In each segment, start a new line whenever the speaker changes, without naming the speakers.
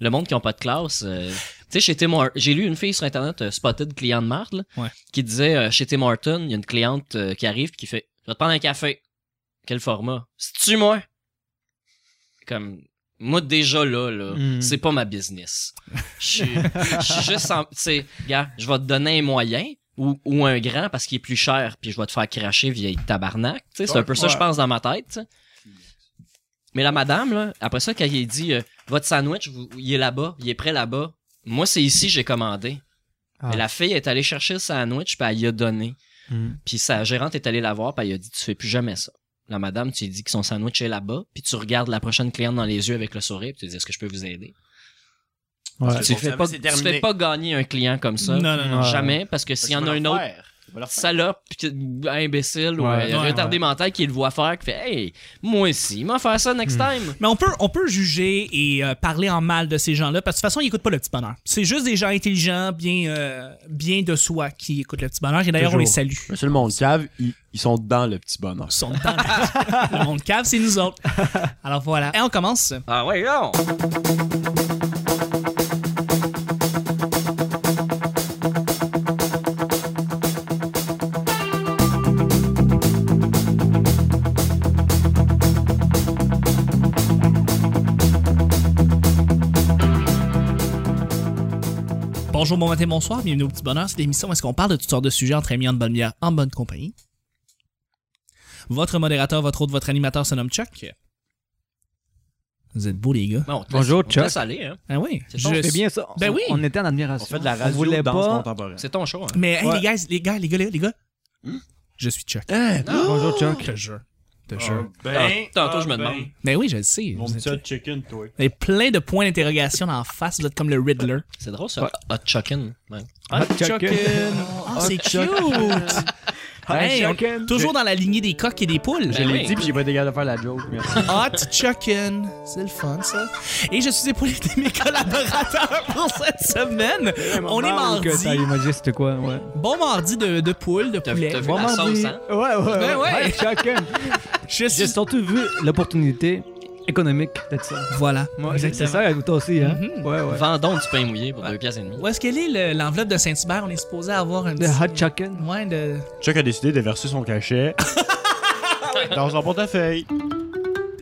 le monde qui n'a pas de classe. euh, tu sais, chez Tim Hor- j'ai lu une fille sur Internet, euh, Spotted Client de marde, là,
Ouais.
qui disait euh, chez Tim Horton, il y a une cliente euh, qui arrive pis qui fait Je vais te prendre un café. Quel format C'est-tu moi Comme, moi déjà là, là
Mm.
c'est pas ma business. Je suis je suis juste en. Tu sais, gars, je vais te donner un moyen. Ou, ou un grand parce qu'il est plus cher puis je vais te faire cracher vieille tabarnak tu sais c'est un peu ça
Ouais.
je pense dans ma tête tu sais. Mais la madame, là, après ça, quand il dit euh, votre sandwich, vous- il est là-bas, il est prêt là-bas. Moi, c'est ici, j'ai commandé.
Ah.
Mais la fille est allée chercher le sandwich, puis elle y a donné.
Mm.
Puis sa gérante est allée la voir, puis elle a dit Tu fais plus jamais ça. La madame, tu lui dis que son sandwich est là-bas, puis tu regardes la prochaine cliente dans les yeux avec le sourire, puis tu dis Est-ce que je peux vous aider
Ouais.
Tu
bon,
fais
ça,
pas,
c'est
tu
terminé.
fais pas gagner un client comme ça.
Non, non, non.
Jamais, parce que s'il y en a un autre salope, pis que- imbécile ou euh,
Ouais,
un
ouais,
retardé
ouais.
mental qui le voit faire, qui fait Hey, moi aussi, m'en faire ça next time.
Mais on peut, on peut juger et euh, parler en mal de ces gens-là, parce que de toute façon, ils écoutent pas le petit bonheur. C'est juste des gens intelligents, bien, euh, bien de soi, qui écoutent le petit bonheur. Et d'ailleurs, on
Toujours.
les salue.
Monsieur le monde cave, ils, ils sont dans le petit bonheur.
Ils sont dans le, le monde cave, c'est nous autres. Alors voilà. Et on commence.
Ah ouais, non!
Bonjour, bon matin, bonsoir. Bienvenue au petit bonheur. C'est l'émission où est-ce qu'on parle de toutes sortes de sujets entre amis, en bonne bière, en bonne compagnie. Votre modérateur, votre hôte, votre animateur se nomme Chuck. Vous êtes beaux, les gars.
Bon, on te
Bonjour,
laisse- on te
Chuck.
laisse aller, hein.
Ah oui.
C'est bon,
je-
C'est bien ça.
Ben
On-
oui.
On était en admiration.
On fait de la radio
voulait
danse
pas-
contemporaine.
C'est ton show, hein.
Mais hey,
Ouais.
les gars, les gars, les gars, les gars.
Hmm?
Je suis Chuck.
Ah,
Ah, Bonjour Chuck.
Te jure. Te jure.
Ben, tantôt, je me demande.
Mais oui, je le sais.
Mon
Vous êtes-
petit hot chicken, toi.
Vous avez plein de points d'interrogation en face. Vous êtes comme le Riddler.
C'est drôle, ça. Hot Chuckin. Ouais.
Ah,
Hot
Euh,
Chuckin.
Oh, c'est
Chuck.
cute! Hey, on- toujours dans la lignée des coqs et des poules.
Ben
Je l'ai
Dit puis j'ai pas été capable de faire la joke. Merci.
Hot Chuckin. C'est le fun, ça. Et je suis épaulé de mes collaborateurs pour cette semaine. On est
Que t'as-
mardi.
il m'a dit c'était quoi, ouais.
Bon mardi de, de poules, de
T'as vu,
poulet.
t'as vu
Bon
la sauce,
mardi.
hein?
Ouais, ouais.
Ben ouais.
Hot Chuckin.
Je
J'ai
suis...
surtout vu l'opportunité économique de ça.
Voilà.
Moi, c'est
Exactement. Mm-hmm.
ça, toi aussi, hein? Ouais, ouais.
Vendons du pain mouillé pour deux pièces et demie.
Où est-ce qu'elle est, le- l'enveloppe de Saint-Hubert? On est supposé avoir un
Le
petit...
hot hein. chicken.
Ouais, de...
Chuck a décidé de verser son cachet dans son portefeuille.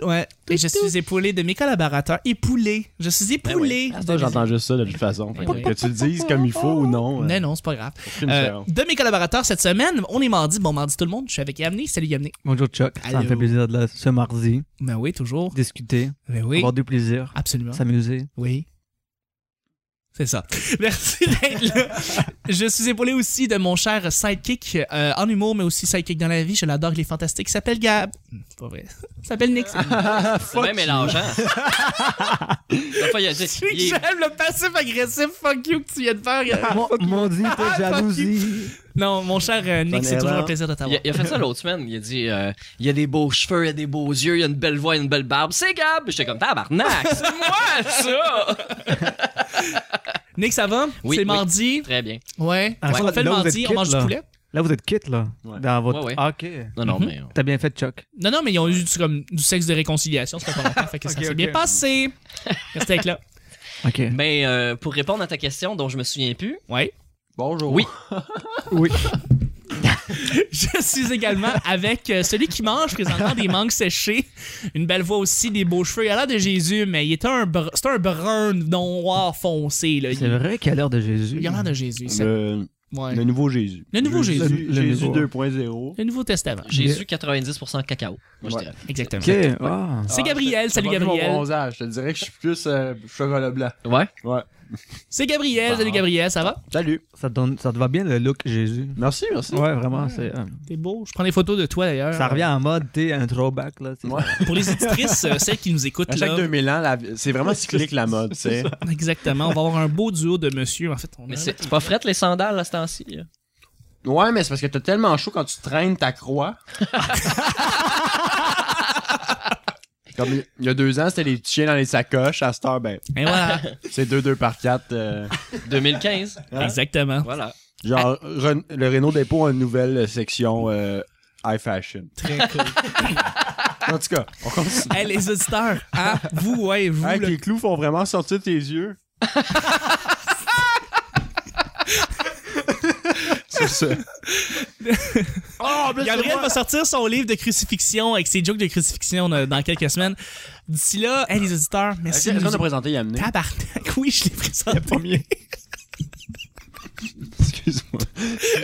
Ouais. Et je suis épaulé de mes collaborateurs. Épaulé. Je suis
Ben
épaulé.
Ah,
de
ça,
mes-
J'entends juste ça de toute façon. Fait
Ouais.
que-
Que tu le dises comme il faut ou non. euh,
Non, non, c'est pas grave.
aucune
Euh,
différence.
de mes collaborateurs cette semaine, on est mardi. Bon mardi tout le monde. Je suis avec Yamné. Salut Yamné.
Bonjour Chuck. Ça me
Allô.
fait plaisir de là, ce mardi.
Ben oui, toujours.
Discuter,
Ben oui. Ah.
avoir du plaisir,
Absolument.
s'amuser.
Oui. C'est ça. Merci d'être là. Je suis épaulé aussi de mon cher sidekick euh, en humour, mais aussi sidekick dans la vie. Je l'adore, il est fantastique. Il s'appelle Gab. Hmm, C'est pas vrai. Il s'appelle Nick.
Ah, C'est bien mélangeant. La fois, il a dit.
Lui,
il est- Ah.
J'aime le passif agressif fuck you que tu viens de faire.
Mon, mon dieu,
Ah,
t'es jalousie.
Non, mon cher euh, Nick, c'est toujours
erreur.
un plaisir
il
de
a-
t'avoir.
il a fait ça l'autre semaine. Il a dit euh, Il y a des beaux cheveux, il y a des beaux yeux, il y a une belle voix, il y a une belle barbe. C'est Gab J'étais comme Tabarnak C'est moi, ça
Nick, ça va?
Oui,
c'est
oui.
mardi.
Très bien.
Ouais.
Ah,
Parce qu'on
là,
fait le
vous êtes
mardi, on
quitte,
mange
là.
du poulet.
Là, vous êtes quitte, là.
Ouais.
Dans votre.
Ouais, ouais.
Ah, Ok.
Non, non,
Mhm.
mais. euh,
T'as bien fait Chuck.
Non, non, mais ils ont eu du, comme, du sexe de réconciliation, ça fait pas longtemps, fait que ça
Ok,
s'est
ok.
bien passé. Restez avec là.
Ok.
Mais euh, pour répondre à ta question dont je me souviens plus,
Ouais.
Bonjour.
Oui.
Oui.
Je suis également avec euh, celui qui mange présentement des mangues séchées, une belle voix aussi, des beaux cheveux. Il a l'air de Jésus, mais il est un, br- c'est un brun noir foncé. Là.
C'est
Il,
vrai qu'à l'heure de Jésus.
il a l'air de Jésus. ça.
Le,
Ouais.
le
Le,
nouveau Jésus.
Le nouveau
Jésus. Le
Jésus
nouveau.
2.0.
Nouveau Testament.
Jésus 90% cacao. Moi, je
Ouais.
dirais.
Exactement.
Ok. Ah.
C'est Gabriel,
Ça
salut
va plus mon
Gabriel.
bronzage. Je te dirais que je suis plus euh, chocolat blanc.
Ouais.
Ouais.
C'est Gabriel, salut
Bon.
Gabriel, ça va?
Salut.
Ça te, donne, ça te va bien le look Jésus.
Merci, merci.
Ouais, vraiment. c'est euh,
T'es beau. Je prends des photos de toi d'ailleurs.
Ça revient en mode, t'es un throwback, là. c'est-
Ouais.
Pour les éditrices, euh, celles qui nous écoutent,
À chaque
là,
2000 ans, la- c'est vraiment cyclique la mode, tu sais.
exactement, on va avoir un beau duo de monsieur. En fait, on
Mais
a-
c'est c'est pas fret les sandales à ce temps-ci. là.
Ouais, mais c'est parce que t'as tellement chaud quand tu traînes ta croix. Comme il- il y a deux ans, c'était les petits chiens dans les sacoches. À cette heure, ben,
Et voilà,
c'est 2-2 par euh, 4.
2015.
exactement.
Voilà.
genre, Ren- le Renault Dépôt a une nouvelle section euh, high fashion.
Très cool.
En tout cas, on continue.
hey, les auditeurs, hein? vous, ouais, vous.
Hey,
là.
tes clous font vraiment sortir tes yeux. C'est ça.
Gabriel va sortir son livre de crucifixion avec ses jokes de crucifixion euh, dans quelques semaines. D'ici là, hey, les auditeurs, merci. de nous-
présenté Yamné?
Tabarnak, oui, je l'ai présenté.
Excuse-moi.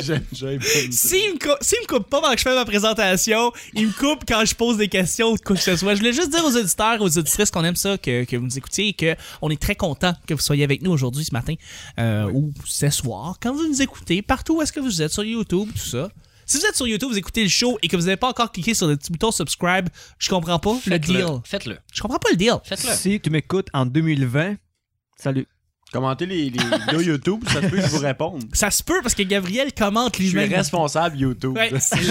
J'aime, j'aime.
S'il me, cou- s'il me coupe pas pendant que je fais ma présentation, il me coupe quand je pose des questions ou quoi que ce soit. Je voulais juste dire aux auditeurs et aux auditrices qu'on aime ça, que, que vous nous écoutiez et que on est très content que vous soyez avec nous aujourd'hui, ce matin, euh, ou ce soir, quand vous nous écoutez, partout où est-ce que vous êtes, sur YouTube, tout ça. Si vous êtes sur YouTube, vous écoutez le show et que vous n'avez pas encore cliqué sur le petit bouton subscribe, je comprends pas le
Faites-le.
deal.
Faites-le.
Je comprends pas le deal.
Faites-le.
Si tu m'écoutes en 2020, salut.
Commentez les, les vidéos YouTube, ça se peut que je vous réponde.
Ça se peut parce que Gabriel commente
Je suis
lui-même.
responsable YouTube.
Ouais, c'est le-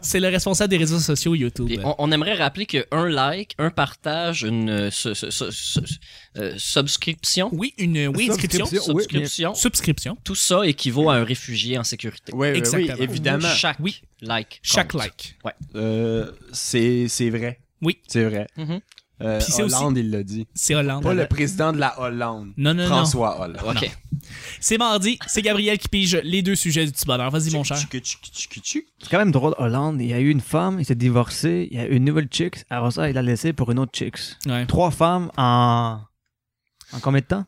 c'est le responsable des réseaux sociaux YouTube.
Puis on, on aimerait rappeler qu'un like, un partage, une euh, su- su- su- su- euh, subscription,
Oui, une oui, inscription.
Subscription, oui, bien.
subscription,
Subscription.
tout ça équivaut à un réfugié en sécurité.
Ouais, ouais, Euh, oui,
Exactement.
évidemment.
Chaque
Oui.
like.
Chaque
compte.
like.
Euh, c'est, c'est vrai.
Oui.
C'est vrai.
Mhm.
Euh,
Puis c'est aussi-
Hollande, il l'a dit.
C'est Hollande.
Pas le président de la Hollande.
Non, non,
François Hollande.
Ok.
Non. C'est mardi, c'est Gabriel qui pige les deux sujets du petit bonheur. Vas-y, mon cher.
Tchic, tchic, tchic, tchic.
C'est quand même drôle, Hollande. Il y a eu une femme, il s'est divorcé, il y a eu une nouvelle chick, alors ça, il l'a laissé pour une autre chick.
Ouais.
Trois femmes en. En combien de temps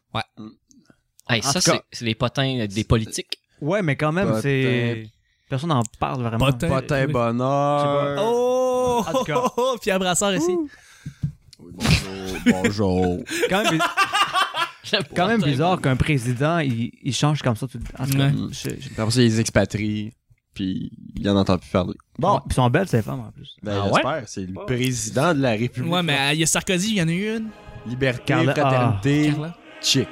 Hey,
En
ça,
tout cas-
c'est c'est les potins euh, des politiques.
Ouais, mais quand même,
Potin.
c'est. Personne n'en parle vraiment.
Potin.
Potin
Oui.
bonheur.
Oh!
En tout cas.
oh, oh, Pierre Brassard ici.
Oui, bonjour, bonjour.
Quand même, quand même bizarre qu'un président, il, il change comme ça. tout- en tout cas,
Ouais.
je- je-
Après ça, ils expatrient, puis il en entend plus parler. Bon,
Ils sont belles, ces femmes, en plus.
ben,
Ah ouais?
j'espère, c'est le président de la République.
Ouais, mais euh, il y a Sarkozy, il y en a eu une.
Liberté,
Carla-
fraternité,
Carla. Ah.
chicks.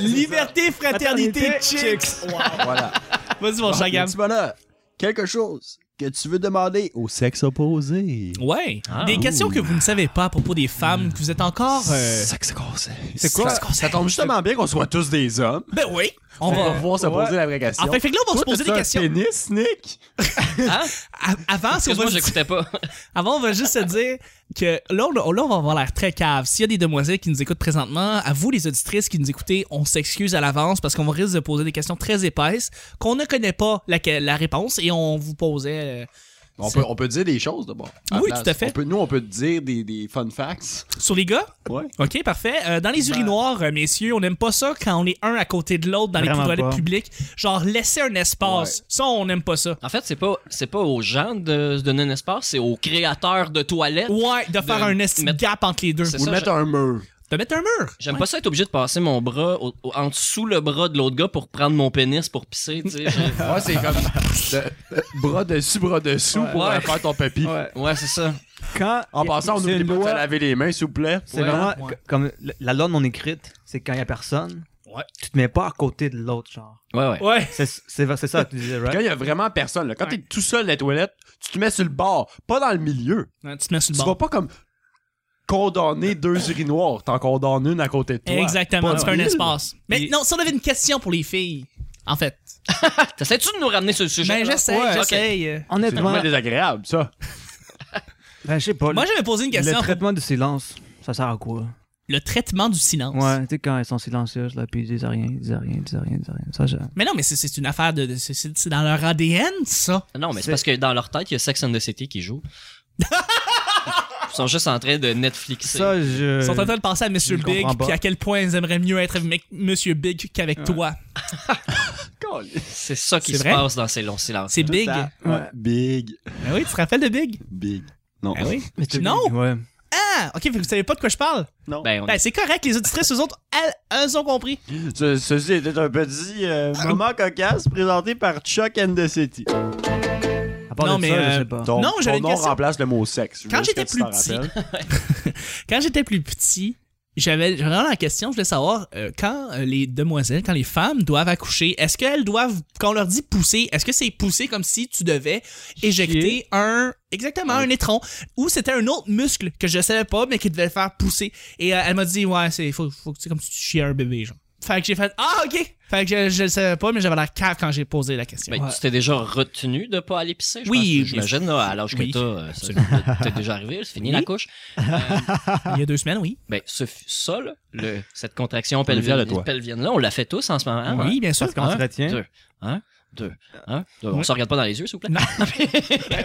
Liberté, fraternité,
Fraternité,
chicks.
Voilà.
Vas-y, mon cher Gab.
petit bonheur, quelque chose que tu veux demander au sexe opposé.
Ouais.
Ah,
des
ouh.
questions que vous ne savez pas à propos des femmes, que vous êtes encore. euh,
Sexe conseil.
C'est quoi? Sexe conseil.
Ça tombe justement bien qu'on soit tous des hommes.
Ben oui. On
On va
va.
pouvoir se
Ouais.
poser la vraie question.
En fait, fait que là, on va
Toi,
se poser des
t'as-tu
questions.
un pénis, Nick?
Hein?
A- Avant, si on va
Excuse-moi, j'écoutais pas.
Avant, on va juste se dire que là, on, là, on va avoir l'air très cave. S'il y a des demoiselles qui nous écoutent présentement, à vous, les auditrices qui nous écoutez, on s'excuse à l'avance parce qu'on risque de poser des questions très épaisses qu'on ne connaît pas la, la réponse et on vous posait euh,
On
C'est-
peut, on peut dire des choses d'abord.
Oui,
place.
tout à fait.
On peut, nous, on peut dire des, des fun facts.
sur les gars.
Ouais.
OK, parfait. Euh, dans
Ben.
les urinoirs, euh, messieurs, on n'aime pas ça quand on est un à côté de l'autre dans
Vraiment
les toilettes
pas.
publiques. Genre, laisser un espace. Ça, on n'aime pas ça.
En fait, c'est pas, c'est pas aux gens de se donner un espace, c'est aux créateurs de toilettes.
Ouais, de faire un esti de
mettre-
gap entre les deux.
C'est
Ou
ça,
mettre
je-
un mur.
De mettre un mur.
J'aime pas ça être obligé de passer mon bras au- au- en dessous le bras de l'autre gars pour prendre mon pénis pour pisser, tu sais. j'ai-
Ouais, c'est comme de- euh, bras dessus, bras dessous pour
Ouais.
euh, faire ton papy.
Ouais, c'est ça.
Quand
En passant, on
c'est
n'oublie
une
pas de se
loi-
laver les mains, s'il vous plaît.
C'est
Ouais.
vraiment
Ouais.
c- comme l- la loi non écrite, c'est quand il y a personne,
Ouais.
tu te mets pas à côté de l'autre, genre.
Ouais, ouais.
Ouais.
C'est c'est- c'est ça que tu disais,
Quand
right?
il y a vraiment personne, là, quand t'es tout seul dans les toilettes, tu te mets sur le bord, pas dans le milieu.
Ouais, Tu te mets sur le
Tu
bord.
vas pas comme condamner deux urinoirs, t'en condamnes une à côté de toi.
Exactement,
Pas
tu fais un
nul.
espace. Mais non, si on avait une question pour les filles, en fait.
T'essaies-tu de nous ramener sur le sujet?
Ben,
là?
j'essaie,
Ouais, ok.
j'essaie.
C'est
Honnêtement,
vraiment désagréable, ça.
ben, je sais pas.
Moi,
le-
j'avais posé une
le
question. Le,
traitement du silence, ça sert à quoi?
traitement du silence.
Ouais, tu sais, quand ils sont silencieux, là, puis ils disent rien, ils disent rien, ils disent rien, ils disent rien. Ça, je...
Mais non, mais c'est- c'est une affaire de. de- c'est- c'est c'est dans leur ADN, ça.
Non, mais c'est
C'est-
parce que dans leur tête, il y a Sex and the City qui joue. Ils sont juste en train de Netflixer.
Ça, je...
Ils sont en train de penser à Monsieur
Euh, je
Big,
comprends pas.
puis à quel point ils aimeraient mieux être avec Monsieur Big qu'avec toi.
C'est ça qui
C'est
se
vrai?
passe dans ces longs silences.
C'est Big.
Ça,
Ouais.
ouais, Euh, Big.
Ben oui, tu te rappelles de Big?
Big. Non.
Ben oui.
Mais tu-
Non!
Ouais.
Ah! Ok, fait que vous savez pas de quoi je parle?
Ben, on
Ben, c'est correct, les auditrices, eux autres, elles, elles ont compris.
Ce- ceci était un petit euh, moment cocasse présenté par Chuck and the City.
À part
Non,
de
mais,
ça,
euh,
je sais pas.
Ton,
Non, j'avais
ton
une
nom
question.
remplace le mot sexe. Je
Quand
veux juste
j'étais
que tu t'en
plus petit.
rappelles.
quand j'étais plus petit, j'avais j'avais vraiment la question, je voulais savoir euh, quand euh, les demoiselles, quand les femmes doivent accoucher, est-ce qu'elles doivent, quand on leur dit pousser, est-ce que c'est pousser comme si tu devais éjecter
Chier.
un, exactement, un étron, ou c'était un autre muscle que je savais pas, mais qui devait le faire pousser. Et euh, elle m'a dit, ouais, c'est faut, faut que c'est comme si tu chiais un bébé, genre. Fait que j'ai fait Ah, ok! Fait que je, je le savais pas, mais j'avais l'air cave quand j'ai posé la question.
Ben,
Ouais.
Tu t'es déjà retenu de pas aller pisser? je
Oui,
pense, J'imagine, là, à l'âge que
Oui,
t'as, euh, ça, t'es déjà arrivé, c'est fini
Oui.
la couche.
Il y a deux semaines, oui.
Ben, ce, ça, là, le, cette contraction
est fiers de
pelvienne,
toi.
pelvienne-là, on la fait tous en ce moment.
Ah
hein?
oui, bien sûr. Ah.
Parce qu'on se
Hein?
retient.
Deux. Hein? Deux. Hein? Deux. On
Oui.
se regarde pas dans les yeux, s'il vous plaît.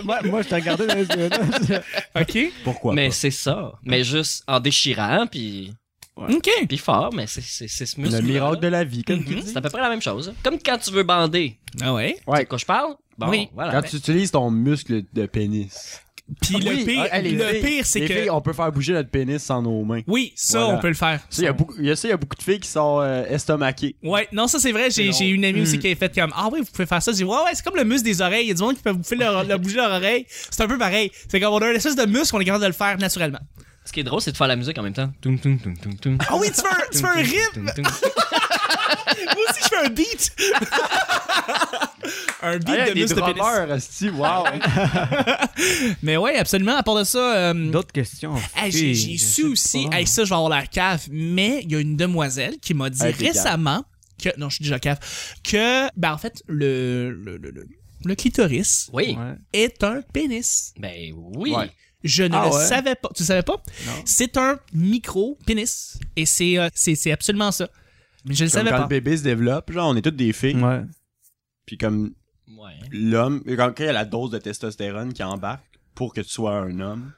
moi, moi, je t'ai regardé dans les yeux. là.
Ok.
Pourquoi
mais c'est ça. Mais juste en déchirant, puis,
Ok.
puis fort, mais c'est, c'est, c'est ce muscle.
Le miracle de la vie, comme tu
Mhm.
dis.
C'est à peu près la même chose. Comme quand tu veux bander.
Ah ouais.
Tu sais de quoi je parle? Bon,
Oui.
voilà. Ben,
Quand tu utilises ton muscle de pénis.
Puis le
Oui,
pire,
ah, les
le
filles-
pire, c'est
les
que.
filles, on peut faire bouger notre pénis sans nos mains.
Oui, ça,
Voilà.
on peut le faire.
Ça, il y a beaucoup, il y a ça, il y a beaucoup de filles qui sont euh, estomaquées.
Ouais, non, ça c'est vrai. J'ai j'ai une amie
Hmm.
aussi qui a fait comme Ah ouais, vous pouvez faire ça. J'ai dit Ouais, ouais, c'est comme le muscle des oreilles. Il y a du monde qui peut bouffer leur, leur- bouger leur oreille. C'est un peu pareil. C'est comme on a une espèce de muscle, on est capable de le faire naturellement.
Ce qui est drôle, c'est de faire la musique en même temps. Toum, toum, toum, toum, toum.
Ah oui, tu fais un, tu fais un rythme.
Toum, toum.
Moi aussi, je fais un beat. un beat
Ah, il y a
de
des
muscle de pénis.
drummers, esti, wow.
Mais ouais, absolument. À part de ça, euh,
D'autres questions.
Hey, j'ai,
filles,
j'ai
je
su
sais
aussi,
pas.
hey, ça, je vais avoir la cave, mais il y a une demoiselle qui m'a dit
Hey, t'es cave.
récemment que, non, je suis déjà cave, que, ben, en fait, le, le, le, le- le clitoris
Oui.
Ouais.
est un pénis.
Ben oui.
Ouais.
Je ne
Ah
le
ouais?
savais pas. Tu le savais pas? C'est un micro-pénis. Et c'est, euh, c'est, c'est absolument ça. Mais je le
Comme
savais
quand
pas.
le bébé se développe, genre, on est toutes des filles.
Ouais.
Puis comme
Ouais.
l'homme, quand quand il y a la dose de testostérone qui embarque pour que tu sois un homme,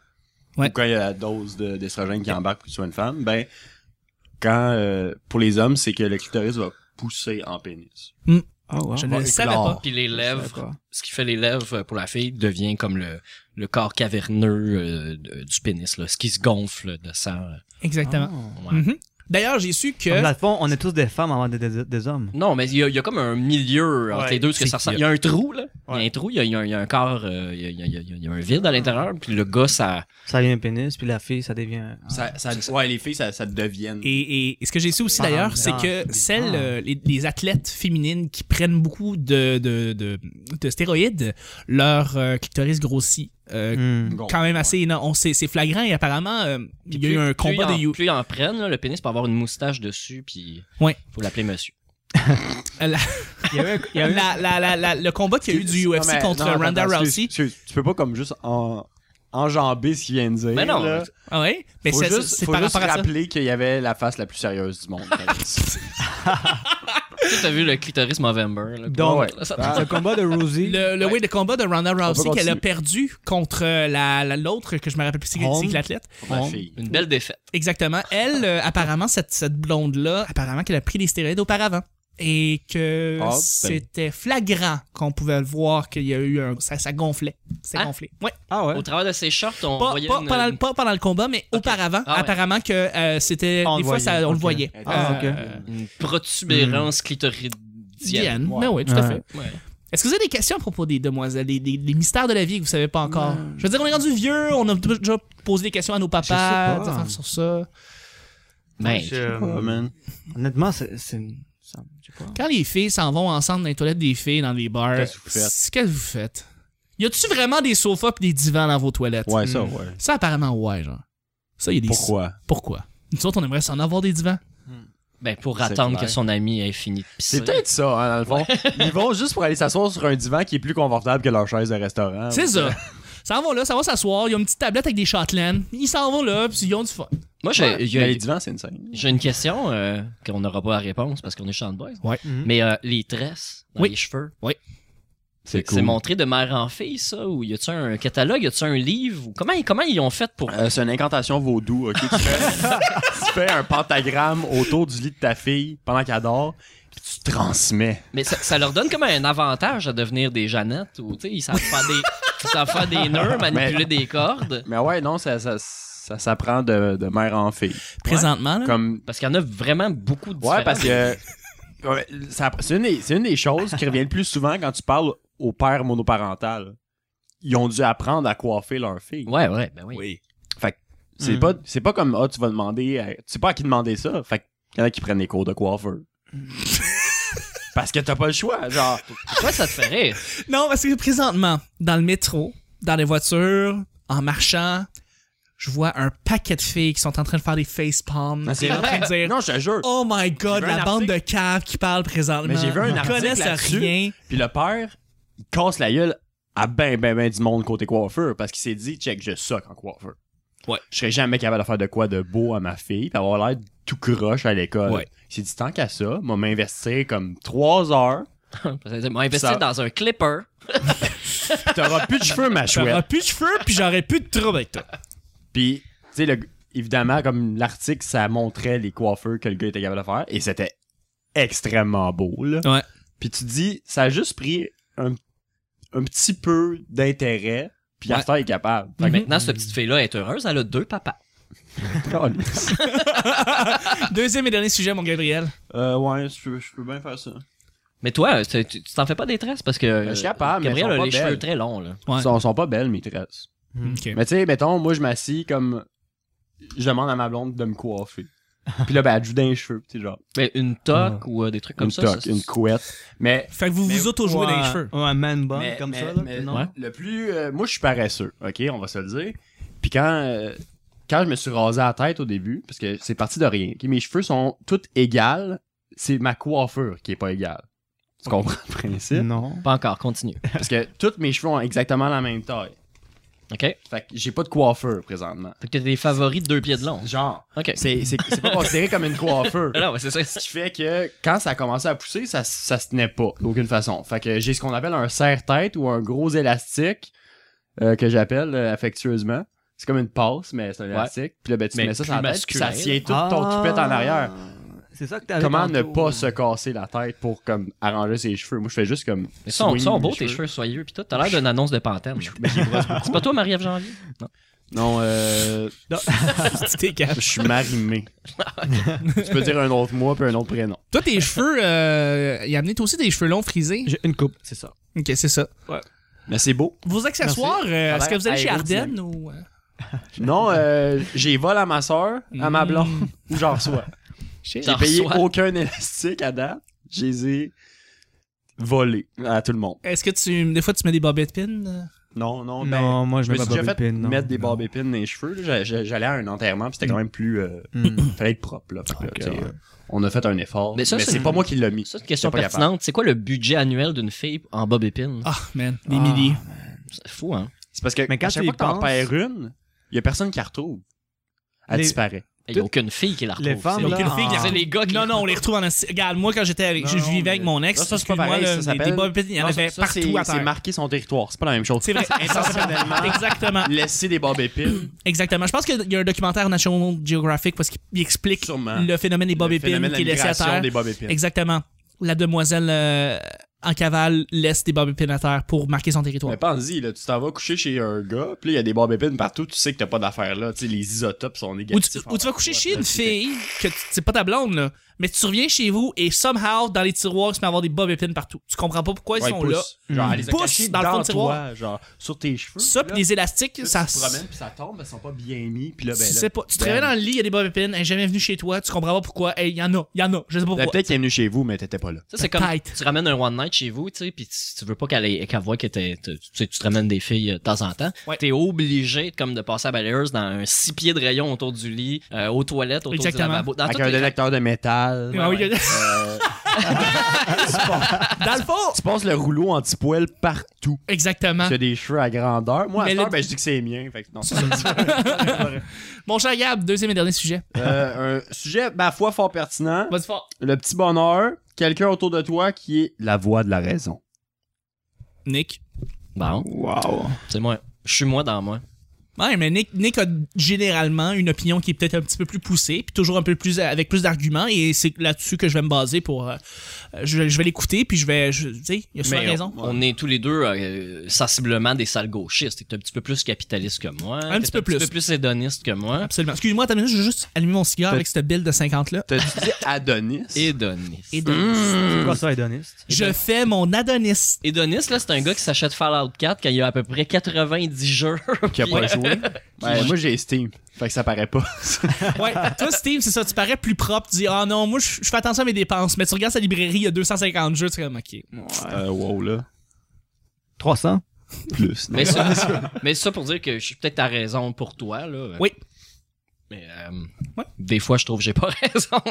Ouais.
ou quand il y a la dose de- d'estrogène qui embarque pour que tu sois une femme, ben, quand, euh, pour les hommes, c'est que le clitoris va pousser en pénis.
Oh, wow.
Je ne
va
le savais
éclore.
pas.
Puis les
Je savais
lèvres,
pas.
ce qui fait les lèvres euh, pour la fille devient comme le, le corps caverneux euh, de- du pénis, là, ce qui se gonfle de sang. euh,
Exactement.
Oh.
Ouais.
Mhm. D'ailleurs, j'ai su que.
Dans le fond, on est tous des femmes avant d'être des, des hommes.
Non, mais il y, a- il y a comme un milieu entre
Ouais,
les deux, parce que
c'est-
ça ressemble. Il y a un trou, là. Il y a un trou, il y a, il y a un- il y a un corps, euh, il y a, il y a- il y a- il y a un vide à l'intérieur, puis le gars, ça.
Ça devient un pénis, puis la fille, ça devient.
Ça, ça, ouais, les filles, ça, ça devienne.
Et, et- et ce que j'ai su aussi
Ah,
d'ailleurs,
ah,
c'est que
ah.
celles, euh, les, les athlètes féminines qui prennent beaucoup de, de, de, de stéroïdes, leur euh, clitoris grossit euh,
Hmm.
Gonfle,
quand même
ouais.
assez énorme. On sait, c'est flagrant et apparemment, euh, il y a eu
Plus-
un
plus ils
combat
en-
de You.
Plus ils en prennent, là, le pénis peut avoir une moustache dessus, puis.
Ouais.
Faut l'appeler monsieur.
Il y avait un- il y avait un-
La- la- la- la- le combat qu'il y a eu du
Non,
UFC
mais-
contre
non,
Ronda
attends,
Rousey.
excuse, excuse, tu peux pas comme juste en, enjamber ce qu'il vient de dire.
Mais non,
là.
Ah ouais? Mais
faut
c'est
juste,
c'est
faut
par
juste
rapport à ça.
rappeler qu'il y avait la face la plus sérieuse du monde.
Tu sais, t'as vu le clitoris Movember, là.
Donc,
Ouais. Ça-
Ah.
le combat de Rosie.
Le, le oui, le combat de Ronda Rousey qu'elle a
continuer.
perdu contre euh, la la- l'autre que je me rappelle plus c'est c'est
Holm.
l'athlète.
Pour ma fille.
Une belle défaite.
Exactement. Elle, euh, apparemment, cette, cette blonde-là, apparemment qu'elle a pris des stéroïdes auparavant. Et que
Ah, ben.
c'était flagrant qu'on pouvait le voir qu'il y a eu un. Ça, ça gonflait. Ça
Ah.
gonflait. Ouais.
Ah ouais.
Au travers de ses shorts, on
Pas,
voyait
pas
une-
pendant, le-
une-
pas pendant le combat, mais auparavant,
Ah ouais.
apparemment que euh, c'était.
On
des
le
fois, ça, on
voyait.
le
Ok.
voyait. Euh,
Ah, ok.
une protubérance clitoridienne.
Hmm. Diane.
Ouais.
Ben oui, tout à fait.
Ouais.
Est-ce que vous avez des questions à propos des demoiselles, des, des- des mystères de la vie que vous savez pas encore? Je veux dire, on est rendu vieux, on a déjà posé des questions à nos
sais pas.
papas, des affaires sur ça.
Ben,
Je- euh,
Oh, man.
Honnêtement, c'est. c'est- ça- je sais pas.
Quand les filles s'en vont ensemble dans les toilettes des filles, dans les bars,
Qu'est-ce que vous faites?
c'est- qu'est-ce que vous faites? Y a-tu vraiment des sofas pis des divans dans vos toilettes?
Ouais, ça, ouais.
Ça, apparemment, ouais, genre. Ça, y a des.
Pourquoi?
Pourquoi? Nous autres, on aimerait s'en avoir des divans.
ben, pour
C'est
attendre que
clair.
son ami ait fini de pisser.
C'est peut-être ça, hein, dans le fond. Ils vont juste pour aller s'asseoir sur un divan qui est plus confortable que leur chaise de restaurant.
C'est ça. S'en vont là, ça va s'asseoir. Ils ont une petite tablette avec des Shotland. Ils s'en vont là, puis ils ont du fun.
Moi, j'ai,
Ouais.
il y a-
Mais les divans, c'est une scène.
j'ai une question euh, qu'on n'aura pas la réponse parce qu'on est chan de boys.
Ouais.
Mm-hmm.
Mhm.
Mais euh, les tresses dans
Oui.
les cheveux,
C'est
c'est montré de mère en fille, ça? Ou y a-tu un catalogue? Y a-tu un livre? Ou comment, comment ils ont fait pour.
Euh, c'est une incantation vaudou, ok? Tu fais, tu fais un pentagramme autour du lit de ta fille pendant qu'elle dort, puis tu transmets.
Mais ça, ça leur donne comme un avantage à devenir des Jeannettes. Ou, tu sais, ils savent faire des, ils savent faire des nœuds, manipuler des cordes.
Mais ouais, non, ça, ça, ça s'apprend de, de mère en fille.
Présentement, là.
Comme,
Parce qu'il y en a vraiment beaucoup de
ouais, parce
différentes.
que ouais, ça- c'est une, des- c'est une des choses qui revient le plus souvent quand tu parles aux pères monoparentales. Ils ont dû apprendre à coiffer leur fille.
Ouais, ouais, ben oui.
Fait que c'est
Mm.
pas c'est pas comme ah tu vas demander à- tu sais pas à qui demander ça. Fait qu'il y en a qui prennent des cours de coiffeur. Parce que t'as pas le choix, genre.
Pourquoi ça te fait rire?
Non, parce que présentement, dans le métro, dans les voitures, en marchant, je vois un paquet de filles qui sont en train de faire des facepalms.
Ah, c'est
et en train de dire
Non, je te jure.
Oh my god,
J'ai vu
la
un
bande
article-
de caves qui parle présentement.
Mais j'ai vu un
Ils
article
connaissent
là-dessus.
rien.
Puis le père, il casse la gueule à ben, ben, ben du monde côté coiffeur parce qu'il s'est dit, check, je soc en coiffeur.
Ouais.
Je serais jamais capable de faire de quoi de beau à ma fille, puis avoir l'air tout croche à l'école.
Ouais.
Il s'est dit, tant qu'à ça, moi m'investir comme trois heures,
Ils m'ont investi
Ça-
dans un clipper.
puis t'auras plus de cheveux, ma
J'aurais
chouette.
plus de cheveux, puis j'aurais plus de trouble avec toi.
Puis, tu sais, le- évidemment, comme l'article, ça montrait les coiffeurs que le gars était capable de faire, et c'était extrêmement beau, là.
Ouais.
Puis tu dis, ça a juste pris un, un petit peu d'intérêt, puis
Ouais.
Arthur est capable. Fait
Fait
que
que Maintenant, cette petite fille-là est heureuse. Elle a deux papas.
Deuxième et dernier sujet, mon Gabriel.
Euh, ouais, je peux, je peux bien faire ça.
Mais toi, euh, c'est- tu tu t'en fais pas des tresses parce que
Ben,
euh,
je suis capable, mais
Gabriel
elles
a
sont pas
les
belles.
cheveux très longs. Là.
Ouais.
Ils sont, sont pas belles, mes tresses.
Ok.
Mais tu sais, mettons, moi, je m'assis comme. Je demande à ma blonde de me coiffer. Puis là, ben, elle joue dans les cheveux. Tu sais, genre,
Mais une toque ou euh, des trucs comme
Ah. une
ça.
toque,
ça,
une couette. Mais.
Fait que vous
Mais-
vous auto-jouez dans
ou
les
un-
cheveux.
ou un man bun
mais-
comme
mais-
ça, là.
mais
non?
Le plus. euh, moi, je suis paresseux, OK? On va se le dire. Puis quand. euh, quand je me suis rasé la tête au début, parce que c'est parti de rien, ok, mes cheveux sont tous égales, c'est ma coiffure qui est pas égale. Tu comprends le principe?
Non.
Pas encore, continue.
Parce que tous mes cheveux ont exactement la même taille.
OK? Fait
Fait que j'ai pas de coiffeur présentement.
que t'as des favoris de deux pieds de long.
Genre,
OK.
c'est c'est- c'est pas considéré comme une coiffeur.
Non, mais c'est ça.
Ce qui fait que quand ça a commencé à pousser, ça, ça se tenait pas d'aucune façon. Fait que j'ai ce qu'on appelle un serre-tête ou un gros élastique euh, que j'appelle euh, affectueusement. C'est comme une passe, mais c'est un élastique. Puis là, ben, tu
Mais
mets ça
plus
sur la tête, puis ça
masculin,
tient tout ton toupette en arrière.
Ah. C'est ça que t'avais
Comment ne
tantôt.
pas se casser la tête pour comme arranger ses cheveux? Moi, je fais juste comme.
Ils sont,
swing
sont
mes
beaux, tes cheveux Ben, soyeux. Puis toi, t'as l'air d'une annonce de Pantene. là. c'est pas toi, Marie-Ève Janvier? Non.
Non, euh,
Tu t'es calme.
je suis marimé.
Ah,
tu peux dire un autre mot puis un autre prénom.
Toi, tes cheveux, euh, il a amené toi aussi des cheveux longs frisés.
J'ai une coupe, c'est ça.
Ok, c'est ça.
Mais c'est beau.
Vos accessoires, euh, est-ce que vous allez chez
Aérodynamique.
Ardennes ou. euh,
Non, euh, j'ai volé à ma soeur, à
Hmm.
ma blonde, ou j'en reçois.
chez-
T'en
J'ai payé
reçois?
aucun élastique à date. Je les ai volés à tout le monde.
Est-ce que tu. Des fois, tu mets des bobettes pins euh?
Non, non, ben,
Non, moi, je
je me
mets
suis
pas
déjà
Bobby
fait
Pin, non.
mettre des
Non.
barbes épines dans les cheveux. là. J'a- j'a- J'allais à un enterrement, puis c'était quand même plus. euh,
Hmm.
fallait être propre, là. Fait que,
Ok,
tu sais,
ouais.
euh, On a fait un effort.
Mais
Mais,
ça, c'est
c'est
une-
pas moi qui l'ai mis.
Ça, c'est une question
J'étais pas capable.
pertinente. C'est quoi le budget annuel d'une fille en bob épine?
Ah, man. Des
Ah.
milliers.
C'est fou, hein?
C'est parce que
Mais quand
à chaque
tu y
fois que t'en
penses-
perds une, il y a personne qui la retrouve. Elle
Les-
disparaît.
Il n'y a aucune fille qui la retrouve.
Les femmes,
c'est-
là,
Aucune fille qui la
en-
C'est les gars qui
Non, non, on les retrouve en. asti- Regarde, moi, quand j'étais avec.
Non,
je je vivais
mais-
avec mon ex.
Ça, ça, c'est pas
excuse-moi,
pareil,
là,
ça
des-
s'appelle-
Des bobettes pins, il y en
Non,
avait
ça, c'est-
partout à
C'est
terre.
marquer son territoire. C'est pas la même chose.
C'est vrai. Exactement.
Laisser des barbes épines.
Exactement. Je pense qu'il y a un documentaire National Geographic parce qu'il explique
Sûrement.
le phénomène des bob
le
épines
phénomène de
qui est
la
laissé à
migration
terre.
des barbes épines.
Exactement. La demoiselle euh, en cavale laisse des bob épines à terre pour marquer son territoire.
Mais pense-y, là, tu t'en vas coucher chez un gars, puis là, il y a des barbes épines partout, tu sais que t'as pas d'affaires là, tu sais, les isotopes sont
Ou
négatifs.
tu, ou tu vas coucher chez une fille que tu- c'est pas ta blonde là, mais tu reviens chez vous et somehow dans les tiroirs tu mets avoir des bob épines partout. Tu comprends pas pourquoi ils sont là.
Genre,
Mm.
elle les a
Pousse
cachés
dans le fond du tiroir.
toi, genre, sur tes cheveux.
Ça
puis
puis
là,
des élastiques,
là,
ça.
Tu te promènes, puis ça tombe, elles sont pas bien mis, puis là, ben
tu
là.
sais pas. Tu te réveilles dans le lit, il y a des bob épines, elle est jamais venue chez toi, tu comprends pas pourquoi. Hey, y en a, y en a, je sais pas
Ben,
pourquoi.
Peut-être qu'il est venu chez vous, mais t'étais pas là.
Ça, c'est comme
Peut-être.
tu ramènes un one night chez vous, tu sais, puis tu, tu veux pas qu'elle ait- qu'elle voit que t'es- t'es- tu, sais, tu te ramènes des filles euh, de temps en temps.
Ouais.
T'es obligé de, comme de passer à balayeuse dans un six pieds de rayon autour du lit, euh, aux toilettes, autour
Exactement.
du lavabo, dans
Avec
toutes
un
les-
détecteur de métal.
Ah oui,
ouais.
Euh,
Dans le fond.
tu passes le rouleau anti-poêle partout.
Exactement.
Tu as des cheveux à grandeur. Moi, à
Mais
cette
le-
heure, ben, je dis que c'est mien. Fait que non,
Mon cher Gab, deuxième et dernier sujet.
Euh, un sujet, ma foi, fort pertinent.
Vas-y fort.
Le petit bonheur, quelqu'un autour de toi qui est la voix de la raison.
Nick.
Bon,
Wow.
c'est moi. Je suis moi dans moi.
Ouais, mais Nick, Nick a généralement une opinion qui est peut-être un petit peu plus poussée, puis toujours un peu plus euh, avec plus d'arguments, et c'est là-dessus que je vais me baser pour. euh, euh, je, je vais l'écouter, puis je vais. je- Tu sais, il a souvent
Mais
raison.
On, on est tous les deux euh, sensiblement des sales gauchistes. T'es un petit peu plus capitaliste que moi.
Un
t'es
petit peu
Un
plus.
petit peu plus hédoniste que moi.
Absolument. Excuse-moi, attends une minute, je vais juste allumer mon cigare avec cette bille de 50 là.
T'as-tu dit Adonis?
Hédoniste.
Et de-
Mmh.
C'est quoi ça, hédoniste?
Je fais mon Adonis.
Hédoniste, là, c'est un gars qui s'achète Fallout 4 quand il y a à peu près 90 jeux.
Qui a
Puis,
pas joué? Ben, moi, j'ai Steam. Fait que ça paraît pas.
Ouais, toi Steve, c'est ça, tu parais plus propre, tu dis ah non, moi je je fais attention à mes dépenses, mais tu regardes sa librairie, il y a 250 jeux, tu es comme ok.
Euh, wow, là.
300?
Euh, plus.
Mais ça, mais ça pour dire que je suis peut-être à raison pour toi, là.
Oui.
Mais euh,
Ouais.
des fois, je trouve que j'ai pas raison.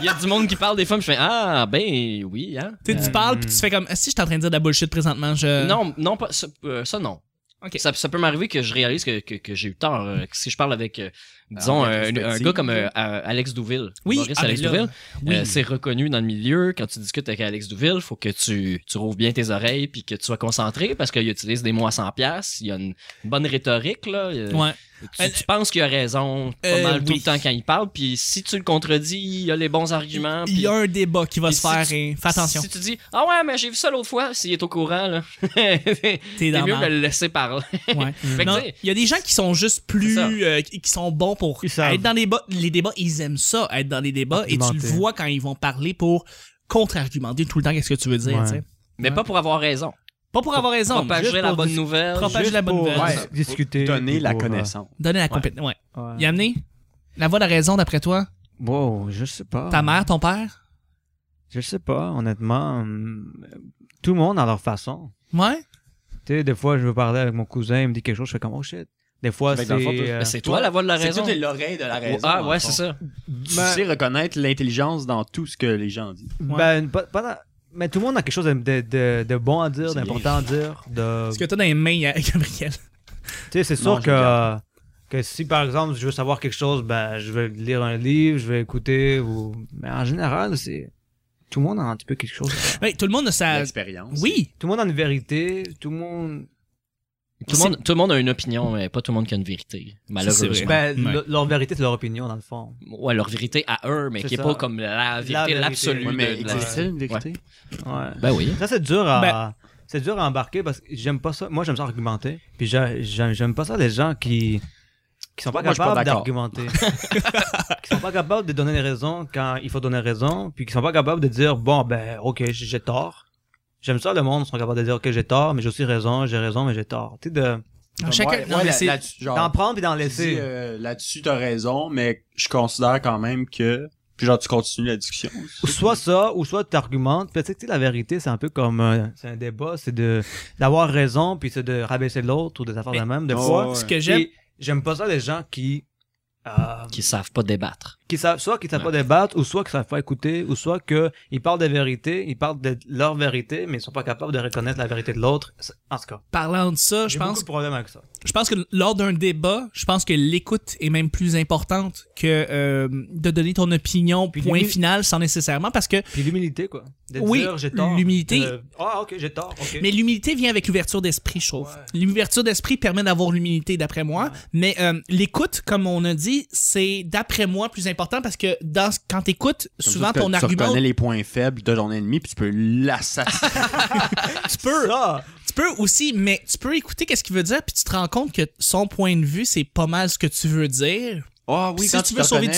Il y a du monde qui parle des fois, puis je fais Ah, ben oui, hein.
Tu sais, tu parles puis tu fais comme Ah, si je suis en train de dire de la bullshit présentement, je
Non, non, pas, ça, euh, ça, non.
Ok.
Ça, ça peut m'arriver que je réalise que, que, que j'ai eu tort. euh, que si je parle avec, euh, disons,
Ah,
euh, un,
en
un
rétrospective.
gars comme euh, euh, Alex Douville,
Oui,
Maurice
ah,
Alex
mais là,
Douville,
oui.
euh, c'est reconnu dans le milieu. Quand tu discutes avec Alex Douville, faut que tu, tu rouvres bien tes oreilles puis que tu sois concentré parce qu'il utilise des mots à 100 pièces. Il y a une bonne rhétorique là. Euh,
Ouais.
Tu,
Euh,
tu penses qu'il a raison pas
euh,
mal tout
oui.
le temps quand il parle. Puis si tu le contredis, il a les bons arguments.
Il y
puis-
a un débat qui va
puis
se
si
faire
tu-
et fais attention.
Si tu dis ah ouais mais j'ai vu ça l'autre fois, s'il est au courant là, t'es
T'es dans
mieux
la
de le laisser parler.
Ouais.
Fait que
Mm. Non,
tu sais,
il y a des gens qui sont juste
C'est
plus
ça.
euh, qui qui sont bons pour
Ils savent.
être dans les, débats- les débats, ils aiment ça, être dans les débats et tu le
Argumenter.
vois quand ils vont parler pour contre-argumenter tout le temps qu'est-ce que tu veux dire,
Ouais.
tu sais.
mais pas pour avoir raison.
Pas pour avoir raison, juste
Propager la
pour
bonne
dis-
nouvelle.
propager
juste-
la bonne
pour-
nouvelle.
Ouais. discuter,
Donner
puis
la
pour, euh,
connaissance.
Donner la compétence. Ouais. Y amener la voix de la raison d'après toi,
Wow, je sais pas.
ta mère, ton père
Je sais pas, honnêtement. hum, Tout le monde a leur façon.
Ouais.
Tu sais, des fois, je veux parler avec mon cousin, il me dit quelque chose, je fais comme, oh shit. Des fois,
Fait que
c'est.
dans le fond, toi-
euh,
Mais c'est toi la voix de la raison.
l'oreille de la
ah ouais, c'est ça.
Tu sais reconnaître l'intelligence dans tout ce que les gens disent.
ben, pas- pas dans- Mais tout le monde a quelque chose de, de- de- de bon à dire,
C'est
d'important à dire. De...
Ce que t'as dans les mains, euh, Gabriel.
Tu sais, c'est
Non,
sûr
je
que, que si par exemple je veux savoir quelque chose, ben je vais lire un livre, je vais écouter. Ou... Mais en général, c'est. Tout le monde a un petit peu quelque chose.
Ouais, tout le monde a
Euh,
sa.
L'expérience.
Oui.
Tout le monde a une vérité, tout le monde.
Tout le, monde, tout le monde a une opinion, mais pas tout le monde qui a une vérité. Malheureusement.
c'est vrai.
Ben,
Ouais.
le- leur vérité, c'est leur opinion dans le fond.
Ouais, leur vérité à eux, mais
C'est
qui est
ça.
pas comme la
La
vérité
vérité.
l'absolue.
Ouais, mais
de- de la-
existe-t-il une vérité?
Ouais.
Ben oui.
Ça, c'est dur à.
Ben-
C'est dur à embarquer parce que j'aime pas ça. Moi, j'aime ça argumenter. Puis j'a- j'aime j'aime pas ça les gens qui. qui sont pas
Moi, je suis pas
capables
d'accord.
d'argumenter. qui sont pas capables de donner des raisons quand il faut donner raison. Puis qui sont pas capables de dire, bon, ben, ok, j'ai j'ai tort. J'aime ça, le monde, ils sont capables de dire, ok, j'ai tort, mais j'ai aussi raison, j'ai raison, mais j'ai tort. Tu sais, de-
Non, chacun. non, mais c'est-
d'en
Genre,
prendre puis d'en
Ah. tu dis,
laisser.
euh, là-dessus, t'as raison, mais je considère quand même que. Puis genre, tu continues la discussion.
Ou soit ça, ou soit tu argumentes. Puis tu sais, tu sais, la vérité, c'est un peu comme. euh, c'est un débat, c'est de d'avoir raison, puis c'est de rabaisser l'autre ou des affaires de
Mais-
même. Des
Oh,
fois,
ouais.
Ce que j'aime.
Puis, J'aime pas ça les gens qui euh,
Qui savent pas débattre.
qui savent soit qui savent
Ouais.
pas débattre ou soit qui savent pas écouter ou soit que ils parlent des vérités, ils parlent de leur vérité mais ils sont pas capables de reconnaître la vérité de l'autre. C'est- En tout cas,
Parlant de ça, je
j'ai
pense
beaucoup de problèmes avec ça.
Je pense que lors d'un débat, je pense que l'écoute est même plus importante que euh, de donner ton opinion,
Puis
point
lui-
final, sans nécessairement, parce que...
Puis l'humilité quoi. De
Oui,
dire j'ai tort.
l'humilité.
De- Ah ok j'ai tort. ok.
Mais l'humilité vient avec l'ouverture d'esprit, je trouve. L'ouverture d'esprit permet d'avoir l'humilité, d'après moi. Mais euh, l'écoute, comme on a dit, c'est, d'après moi, plus important, parce que dans, ce- quand t'écoutes,
Comme
souvent
ça,
ton
tu Tu
argument...
reconnais les points faibles de ton ennemi, puis tu peux l'assassiner.
tu peux. Ça.
Tu peux aussi, mais tu peux écouter qu'est-ce qu'il veut dire, puis tu te rends compte que son point de vue, c'est pas mal ce que tu veux dire.
Ah
Puis si tu veux sauver du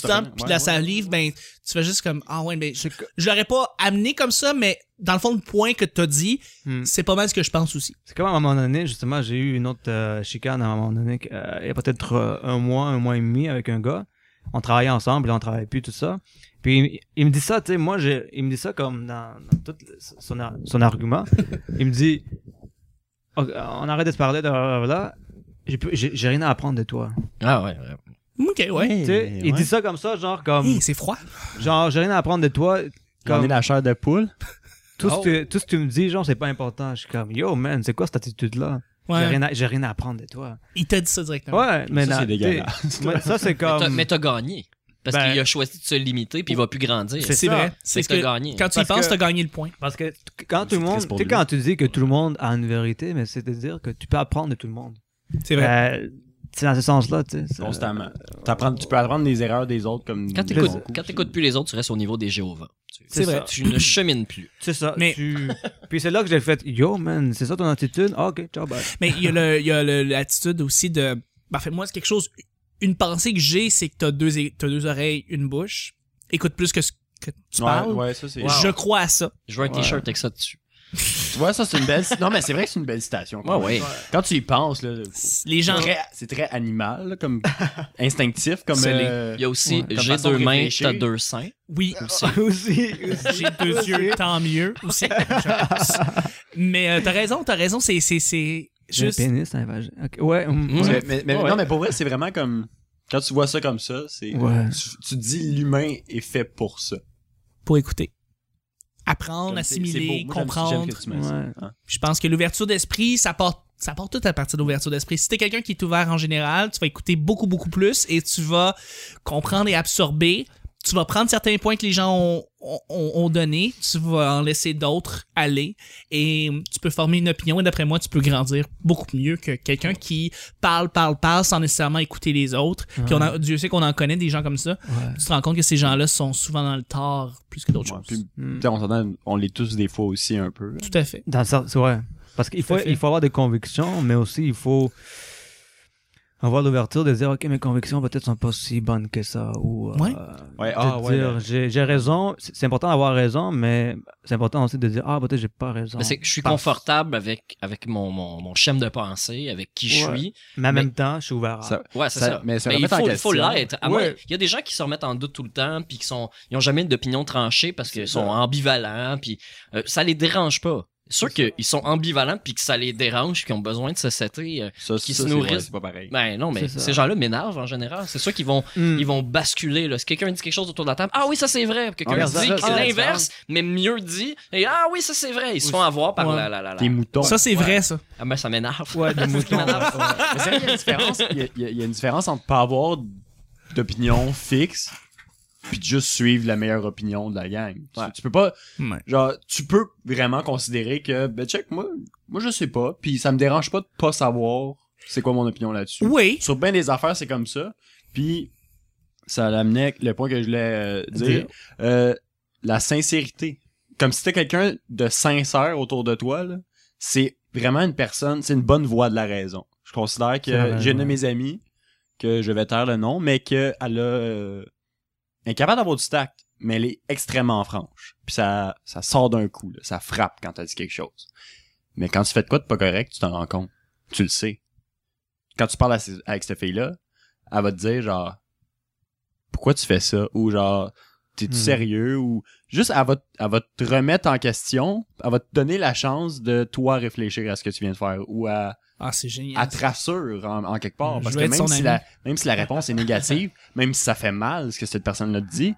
temps puis de la salive, ben tu fais juste comme ah ouais, ben je, je l'aurais pas amené comme ça, mais dans le fond le point que t'as dit,
Hmm.
c'est pas mal ce que je pense aussi.
C'est comme à un moment donné, justement, j'ai eu une autre euh, chicane à un moment donné, que, euh, il y a peut-être euh, un mois, un mois et demi avec un gars. On travaillait ensemble, là, on travaillait plus, tout ça. Puis il, il me dit ça, tu sais, moi, j'ai- il me dit ça comme dans, dans tout le- son, ar- son argument. il me dit, Ok, on arrête de se parler, là, j'ai plus- j'ai j'ai rien à apprendre de toi.
Ah ouais. ouais.
Ok, Eh, ouais. Eh.
Tu sais, il dit ça comme ça, genre, comme,
Hey, c'est froid.
genre, j'ai rien à apprendre de toi. Comme,
la chair de poule.
tout, ce
Oh.
que, tout ce que tu me dis, genre, c'est pas important. Je suis comme, yo, man, c'est quoi cette attitude-là? J'ai
Ouais.
rien à- J'ai rien à apprendre de toi.
Il t'a dit ça directement.
Ouais, mais
Ça,
non,
c'est
t'es-
dégueulasse.
moi, ça, c'est
Mais t'as-
comme.
Mais t'as gagné. Parce
Um, Ben-
qu'il a choisi de se limiter puis il va plus grandir.
C'est
C'est
ça.
vrai.
C'est
C'est
que
ce que
t'as gagné.
quand tu y
Parce
penses,
que-
t'as gagné le point.
Parce que t- quand tout
C'est
le monde.
triste pour
Tu sais,
lui.
quand tu dis que tout le monde a une vérité, mais c'est de dire que tu peux apprendre de tout le monde.
C'est
Euh, C'est dans ce sens-là, tu sais. c'est-
Constamment. T'apprends- tu peux apprendre des erreurs des autres comme.
Quand
des bons
t'écoutes,
coups.
quand t'écoutes plus les autres, tu restes au niveau des Jéhovah. Tu-
C'est
vrai.
ça.
Tu ne chemines plus.
C'est ça.
Mais-
tu- Puis c'est là que j'ai fait Yo, man, c'est ça ton attitude? Ah, ok, ciao, bye.
Mais il y a le- il y a le- l'attitude aussi de. Ben, en fait, moi, c'est quelque chose. Une pensée que j'ai, c'est que t'as deux, é- t'as deux oreilles, une bouche. Écoute plus que ce que tu
Ouais,
parles.
ouais, ça c'est.
Je crois à ça.
Je veux un
Ouais.
t-shirt avec ça dessus.
tu vois, ça, c'est une belle. Non, mais c'est vrai que c'est une belle citation.
Ouais,
quand même.
ouais.
Quand tu y penses, là,
Les
c'est
gens.
très, c'est très animal, là, comme instinctif, comme.
C'est les-
euh,
Il y a aussi
ouais, comme
j'ai
façon
deux
de
mains,
réfléchir.
t'as deux seins.
Oui,
Ah. aussi.
j'ai deux yeux, tant mieux aussi. Je- Mais euh, t'as raison, t'as raison, c'est. c'est- c'est Juste.
Un pénis, un vagin. Ok, Ouais. hum,
Mm.
Mais, mais- mais-
Ouais.
Non, mais pour vrai, c'est vraiment comme. Quand tu vois ça comme ça, c'est.
Ouais.
Tu, tu dis l'humain est fait pour ça.
pour écouter. Apprendre,
Comme c'est- c'est beau. Moi,
assimiler,
j'aime-
comprendre.
j'aime que tu mets ça.
Ouais.
Hein.
Je pense que l'ouverture d'esprit, ça part, ça part tout à partir de l'ouverture d'esprit. Si t'es quelqu'un qui est ouvert en général, tu vas écouter beaucoup, beaucoup plus et tu vas comprendre et absorber. Tu vas prendre certains points que les gens ont, ont, ont donné, tu vas en laisser d'autres aller et tu peux former une opinion et d'après moi, tu peux grandir beaucoup mieux que quelqu'un qui parle, parle, parle sans nécessairement écouter les autres. Puis on en- Dieu sait qu'on en connaît des gens comme ça.
Ouais.
Tu te rends compte que ces gens-là sont souvent dans le tort plus que d'autres
Ouais,
choses.
puis,
Hum.
putain, on s'entend, on l'est tous des fois aussi un peu.
Tout à fait.
Dans le sens, ouais. Parce qu'il
Tout à
faut,
fait.
il faut avoir des convictions, mais aussi il faut avoir l'ouverture de dire, OK, mes convictions peut-être sont pas si bonnes que ça. Ou, euh,
Ouais.
Ouais,
de
ah,
ben.
ouais,
dire,
ouais.
j'ai j'ai raison. C'est c'est important d'avoir raison, mais c'est important aussi de dire, ah, peut-être j'ai pas raison.
Mais c'est que je suis
Parce-
confortable avec avec mon mon, mon schème de pensée, avec qui je
Ouais.
suis.
Mais en
mais-
même temps, je suis ouvert. à-
Ça-
Ouais, c'est
Ça-
ça.
mais ça
il
remet en
faut, il faut
question.
l'être. À
Ouais.
moins- Il y a des gens qui se remettent en doute tout le temps, puis qui sont, ils ont jamais d'opinion tranchée parce qu'ils
C'est
sont
ça.
ambivalents, puis euh, ça les dérange pas. C'est sûr qu'ils sont ambivalents puis que ça les dérange, puis qu'ils ont besoin de se setter. euh,
Ça,
Qui
ça,
se
c'est
nourrissent.
vrai, C'est pas pareil.
Ben non, mais
C'est ça.
ces gens-là m'énervent en général. C'est sûr qu'ils vont,
Hmm.
ils vont basculer. Là. Si quelqu'un dit quelque chose autour de la table, ah oui, ça c'est vrai. Puis Quelqu'un
Regarde,
dit
ça, ça,
l'inverse, mais mieux dit, et ah oui, ça c'est vrai. Ils se font avoir par
Ouais.
la, la, la, la-
Tes moutons.
Ça, c'est
Ouais.
vrai, ça.
Ah ben ça m'énerve.
Ouais, des moutons.
Mais c'est vrai, il y a une différence. Il y a- il y, a- il y a une différence entre pas avoir d'opinion fixe puis de juste suivre la meilleure opinion de la gang. Tu-
Ouais.
Tu, peux pas,
Ouais.
genre, tu peux vraiment considérer que, ben check, moi, moi je sais pas, puis ça me dérange pas de pas savoir c'est quoi mon opinion là-dessus.
Oui.
Sur bien des affaires, c'est comme ça. Puis ça l'amenait le point que je voulais euh, dire, euh, la sincérité. Comme si t'es quelqu'un de sincère autour de toi, là, c'est vraiment une personne, c'est une bonne voix de la raison. Je considère
C'est la
que
raison.
j'ai une de mes amies, que je vais taire le nom, mais qu'elle a euh, incapable d'avoir du tact, mais elle est extrêmement franche. Puis ça, ça sort d'un coup, là, ça frappe quand elle dit quelque chose. Mais quand tu fais de quoi de pas correct, tu t'en rends compte. Tu le sais. Quand tu parles à ces- avec cette fille-là, elle va te dire genre pourquoi tu fais ça ou genre t'es-tu
Hmm.
sérieux ou juste elle va, t- elle va te remettre en question, elle va te donner la chance de toi réfléchir à ce que tu viens de faire ou à,
Ah, c'est
à
génial.
te rassurer en, en quelque part
Je
parce que
veux être
même
son
si,
ami.
la, même si la réponse est négative, même si ça fait mal ce que cette personne-là te dit,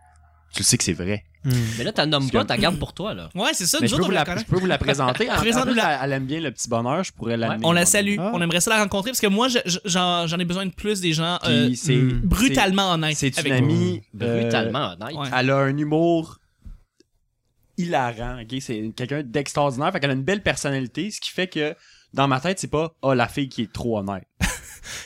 tu le sais que c'est vrai.
Hmm.
Mais là, t'en nommes
Parce
pas,
que-
t'en gardes pour toi là.
Ouais, c'est ça.
Mais
Nous
je peux,
autres,
vous
on la
la,
connaît.
je peux vous la présenter. En- en plus,
Présente-nous-la.
elle, elle aime bien le petit bonheur, je pourrais l'amener.
On la salue.
Ah.
On aimerait ça la rencontrer parce que moi, je- je- j'en j'en ai besoin de plus des gens
Puis
euh,
c'est-
hmm.
c'est-
brutalement honnêtes.
C'est une
avec
amie euh,
Brutalement honnête.
Ouais.
Elle a un humour hilarant, ok? C'est quelqu'un d'extraordinaire, fait qu'elle a une belle personnalité, ce qui fait que dans ma tête, c'est pas « Ah, la fille qui est trop honnête. »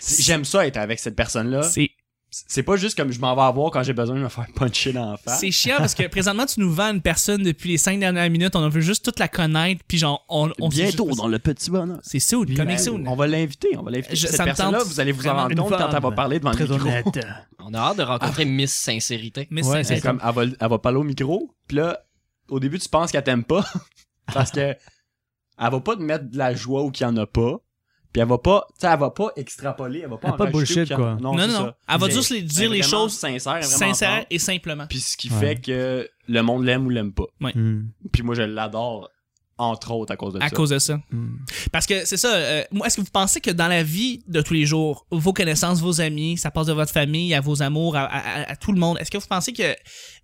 C'est- J'aime ça être avec cette personne-là.
C'est
C'est pas juste comme je m'en vais avoir quand j'ai besoin de me faire puncher dans la face.
c'est chiant parce que présentement, tu nous vends une personne depuis les cinq dernières minutes. On veut juste toute la connaître. Puis genre, on, on sait
Bientôt
juste-
dans le petit bonheur.
C'est Soud,
Ben,
Comic Soud.
on va l'inviter, on va l'inviter.
Je-
Cette
ça me
personne-là,
tente
vous allez vous en
vraiment
rendre
une
compte quand elle va
femme
parler devant le
Très
micro.
honnête.
On a hâte de
Ah.
rencontrer Miss Sincérité.
Mais
Ouais,
c'est
C'est comme, elle va, elle va parler au micro, puis là, au début, tu penses qu'elle t'aime pas, parce que elle va pas te mettre de la joie ou qu'il y en a pas, puis elle va pas, tu sais, elle va pas extrapoler, elle va pas
Elle
en
pas
rajouter
bullshit,
ou qu'il y en-
quoi.
Non,
Non, non,
c'est
non.
ça.
Elle va
Mais
juste les- dire
elle est
les
vraiment
choses
sincères, vraiment
sincères
franche,
et simplement.
Puis ce qui
Ouais.
fait que le monde l'aime ou l'aime pas.
Hmm.
Puis moi, je l'adore, entre autres, à cause de
À
ça.
cause de ça.
Hmm.
Parce que c'est ça, euh, moi, est-ce que vous pensez que dans la vie de tous les jours, vos connaissances, vos amis, ça passe de votre famille à vos amours, à, à- à- à tout le monde, est-ce que vous pensez que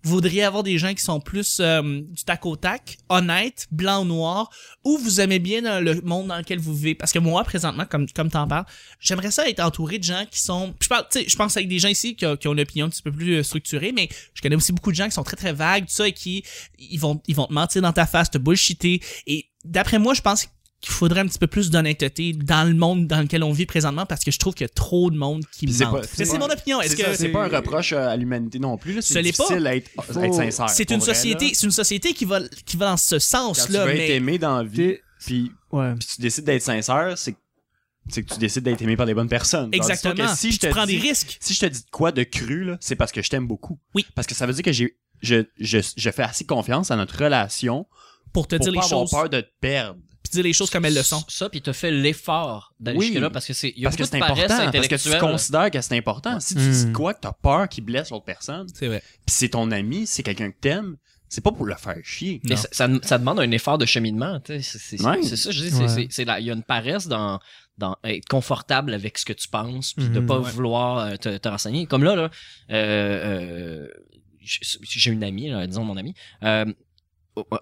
vous voudriez avoir des gens qui sont plus euh, du tac au tac, honnêtes, blanc ou noir, ou vous aimez bien dans le monde dans lequel vous vivez? Parce que moi, présentement, comme, comme t'en parles, j'aimerais ça être entouré de gens qui sont... puis Je parle, tu sais, je pense avec des gens ici qui ont, qui ont une opinion un petit peu plus euh, structurée, mais je connais aussi beaucoup de gens qui sont très, très vagues, tout ça, et qui ils vont, ils vont te mentir dans ta face, te bullshiter. Et d'après moi, je pense qu'il faudrait un petit peu plus d'honnêteté dans le monde dans lequel on vit présentement parce que je trouve qu'il y a trop de monde qui
Puis c'est
ment.
pas-
Mais
c'est
C'est
pas-
mon opinion. Est-ce
C'est ça,
que
c'est pas un reproche euh, à l'humanité non plus. là.
Ce
C'est
l'est pas.
difficile d'être être sincère.
c'est
pour
une
vrai, là.
société, c'est une société qui va, qui va dans ce
Quand tu
sens-là,
veux être
mais
aimé dans la vie,
T'es-
puis
Ouais.
puis tu décides d'être sincère, c'est que- c'est que tu décides d'être aimé par des bonnes personnes. Tandis
exactement.
que si
Puis
je te
tu prends
dis,
des risques.
si je te dis de quoi de cru là, c'est parce que je t'aime beaucoup.
Oui.
Parce que ça veut dire que j'ai je, je, je fais assez confiance à notre relation
pour te
pour
dire
pas
les
avoir
choses.
peur de te perdre.
Puis puis dire les choses comme elles le sont.
Ça, puis tu fait l'effort d'aller
Oui.
jusque-là parce que c'est. Il y a
Parce que
beaucoup
c'est
de paresse
important, parce que tu
intellectuelle.
considères que c'est important. Si tu
Hmm.
dis de quoi que t'as peur qu'il blesse l'autre personne, puis
C'est vrai.
c'est ton ami, c'est quelqu'un que t'aimes, c'est pas pour le faire chier.
Mais ça, ça, ça demande un effort de cheminement. tu sais. C'est c'est-
Ouais.
c'est ça, je dis. c'est-
Ouais.
c'est- c'est la- Il y a une paresse dans, dans être confortable avec ce que tu penses, puis de
Mhm.
pas
Ouais.
vouloir euh, te, te renseigner. Comme là, là euh, euh, j- j'ai une amie, là, disons mon amie, euh,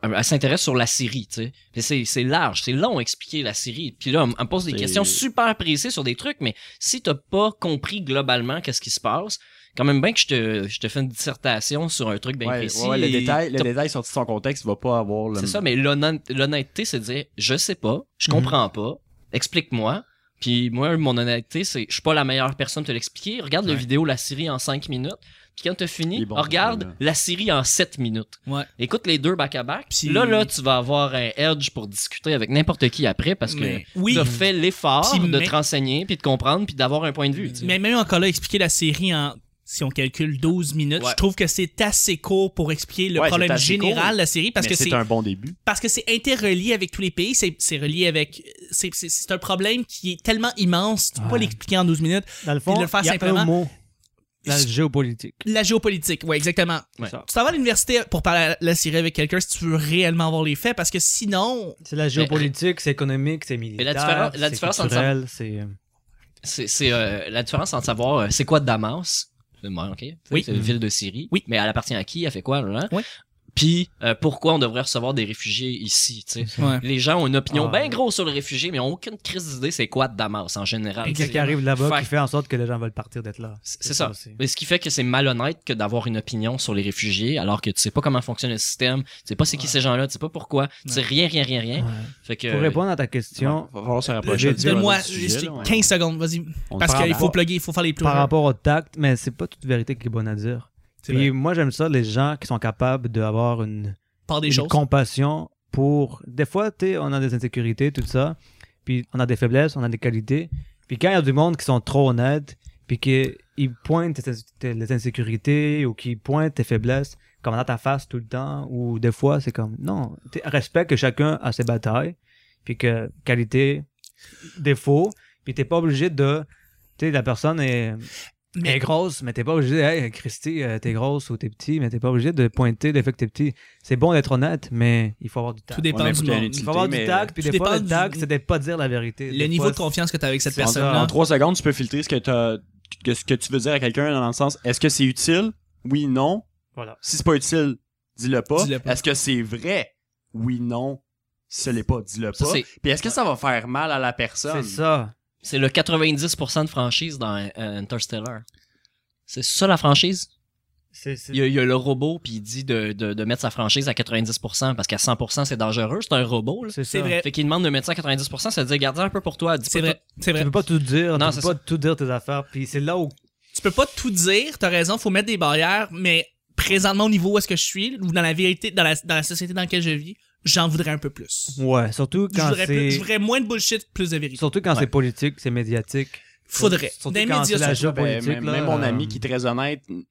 elle s'intéresse sur la série. tu sais. Puis C'est c'est large, c'est long à expliquer la série. Puis là, elle me pose des
C'est-
questions super précises sur des trucs, mais si t'as pas compris globalement qu'est-ce qui se passe, quand même bien que je te, je te fais une dissertation sur un
Ben,
truc bien
ouais,
précis.
ouais, ouais, le,
et
détail, le
t'as
détail sorti de son contexte va pas avoir le
c'est ça, mais l'honnêt- l'honnêteté, c'est de dire je sais pas, je
Mhm.
comprends pas, explique-moi. Puis moi, mon honnêteté, c'est je suis pas la meilleure personne pour te l'expliquer. Regarde la
Ouais.
vidéo, la série en 5 minutes. Puis quand t'as fini,
Les bons
regarde
films,
la série en 7 minutes.
Ouais.
Écoute les deux back-à-back.
Puis-
Là, là, tu vas avoir un edge pour discuter avec n'importe qui après parce que
Mais- oui.
t'as fait l'effort
Puis
de
mais-
te renseigner, puis de comprendre, puis d'avoir un point de vue. tu sais.
Mais même encore là, expliquer la série en, si on calcule 12 minutes,
Ouais.
je trouve que c'est assez court pour expliquer le
Ouais, c'est
problème
assez
général
court.
de la série parce
parce
que c'est
un bon début.
parce que c'est interrelié avec tous les pays, c'est c'est relié avec c'est c'est- c'est un problème qui est tellement immense, tu peux pas
Ouais.
l'expliquer en 12 minutes.
Dans le
Puis
fond,
le faire
il y a
simplement-
un mot. La
Je-
géopolitique.
La géopolitique, ouais, exactement.
Ouais.
Ça.
Tu t'en vas à l'université pour parler à la série avec quelqu'un si tu veux réellement avoir les faits parce que sinon
C'est la géopolitique, c'est économique, c'est militaire.
différen- la
c'est
différence entre
culturel, c'est. hum.
c'est c'est, euh, la différence entre savoir euh, c'est quoi Damas c'est moi, ok
Oui.
c'est une ville de Syrie
Oui.
mais elle appartient à qui elle fait quoi là, là
Oui.
puis euh, pourquoi on devrait recevoir des réfugiés ici tu sais
Ouais.
les gens ont une opinion
Ah,
bien
oui.
grosse sur les réfugiés mais ont aucune crise d'idée c'est quoi Damas en général
Quelqu'un
tu
qui
sais.
arrive là-bas
Fait-
qui fait en sorte que les gens veulent partir d'être là.
C'est c'est ça.
aussi.
Mais ce qui fait que c'est malhonnête que d'avoir une opinion sur les réfugiés alors que tu sais pas comment fonctionne le système, tu sais pas c'est qui ces gens-là, tu sais pas pourquoi, tu sais rien, rien, rien, rien.
Ouais.
Fait que...
Pour répondre à ta question,
va falloir se
rapprocher
rapprocher.
de-
euh, donne-moi juste 15 secondes, vas-y parce qu'il faut plugger, il faut faire les plus
par rapport au tact, mais c'est pas toute vérité qui est bonne à dire.
C'est
Puis moi, j'aime ça, les gens qui sont capables d'avoir une,
par des
une
choses.
compassion pour. Des fois, tu sais, on a des insécurités, tout ça. Puis on a des faiblesses, on a des qualités. Puis quand il y a du monde qui sont trop honnêtes, puis qu'ils pointent tes- tes- les insécurités ou qui pointent tes faiblesses, comme dans ta face tout le temps, ou des fois, c'est comme. Non, tu sais, respecte que chacun a ses batailles, puis que qualité, défaut, puis t'es pas obligé de. Tu sais, la personne est, est grosse, mais t'es pas obligé. de, Hey, Christy, euh, t'es grosse ou t'es petit, mais t'es pas obligé de pointer le fait que t'es petit. C'est bon d'être honnête, mais il faut avoir du tact.
Tout dépend
Ouais,
du
mais
monde.
utilité,
Il faut avoir du
mais-
tact, puis
Tout
des fois,
dépend
le
du-
tact, c'est de pas dire la vérité.
Le
Des
niveau
fois,
de confiance que tu as avec cette
c'est-
personne-là.
En trois secondes, tu peux filtrer ce que, t'as- que ce que tu veux dire à quelqu'un dans le sens est-ce que c'est utile Oui, non.
Voilà.
Si c'est pas utile, dis-le pas.
Dis-le pas.
Est-ce que c'est vrai Oui, non. Si ce n'est pas, dis-le
Ça,
pas.
c'est-
Puis est-ce que ça va faire mal à la personne
C'est ça.
C'est le 90% de franchise dans euh, Interstellar. C'est ça la franchise
C'est c'est-
Il y, a, il y a le robot, puis il dit de, de, de mettre sa franchise à 90%, parce qu'à 100%, c'est dangereux. C'est un robot, là.
ça.
vrai.
Fait qu'il demande de mettre ça à 90%, ça veut dire, garde un peu pour toi. dis
C'est
pas
vrai, c'est
Tu
vrai.
peux pas tout dire,
Non,
tu
c'est
peux pas tout dire tes affaires, puis c'est là où.
tu peux pas tout dire, t'as raison, faut mettre des barrières, mais présentement au niveau où est-ce que je suis, ou dans la vérité, dans la, dans la société dans laquelle je vis, j'en voudrais un peu plus.
Ouais, surtout
Je
quand
voudrais, plus- je
c'est.
voudrais moins de bullshit, plus de vérité.
Surtout quand c'est politique, c'est médiatique.
Faudrait.
Surtout
Des
quand
médias
c'est la
sociaux.
Ben,
géopolitique.
même,
là,
même mon
euh,
ami qui est très honnête n-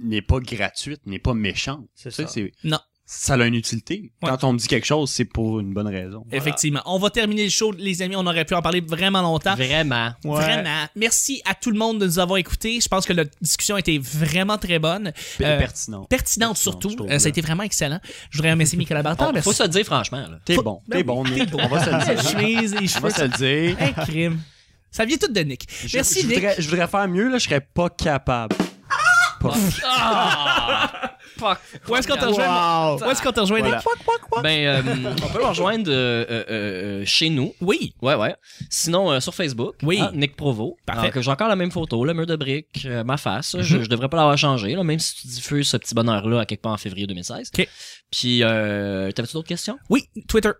n'est pas gratuite, n'est pas méchante.
C'est
Tu sais,
ça.
c'est-
Non.
Ça a une utilité.
Ouais.
Quand on me dit quelque chose, c'est pour une bonne raison.
Effectivement. On va terminer le show, les amis. On aurait pu en parler vraiment longtemps.
Vraiment.
Vraiment. Merci à tout le monde de nous avoir écoutés. Je pense que notre discussion a été vraiment très bonne.
P-
Euh,
pertinent.
Pertinente surtout.
je trouve,
Euh, ça a
là.
été vraiment excellent. Je voudrais remercier mes collaborateurs.
On-
Merci.
faut se le dire franchement, là.
T'es
faut-
bon,
Ben
t'es
oui,
bon,
t'es
Nick.
bon.
On va se le
Les
dire.
cheveux, les
On
cheveux,
va se le dire.
Hey, crime. Ça vient tout de Nick.
Je-
Merci,
je,
Nick.
voudrais, je voudrais faire mieux, là, je serais pas capable.
Ah! Fuck.
Où est-ce qu'on te rejoint? Où est-ce qu'on te rejoint, Nick?
Ben, euh, on peut le rejoindre euh, euh, euh, chez nous.
Oui.
Ouais, ouais. Sinon, euh, sur Facebook,
Oui.
hein, Nick Provo.
Parfait. Mhm.
Donc, J'ai encore la même photo, le mur de briques, euh, ma face. je, je devrais pas l'avoir changé, là, même si tu diffuses ce petit bonheur-là à quelque part en février 2016.
OK.
Puis, euh, t'avais-tu d'autres questions?
Oui, Twitter.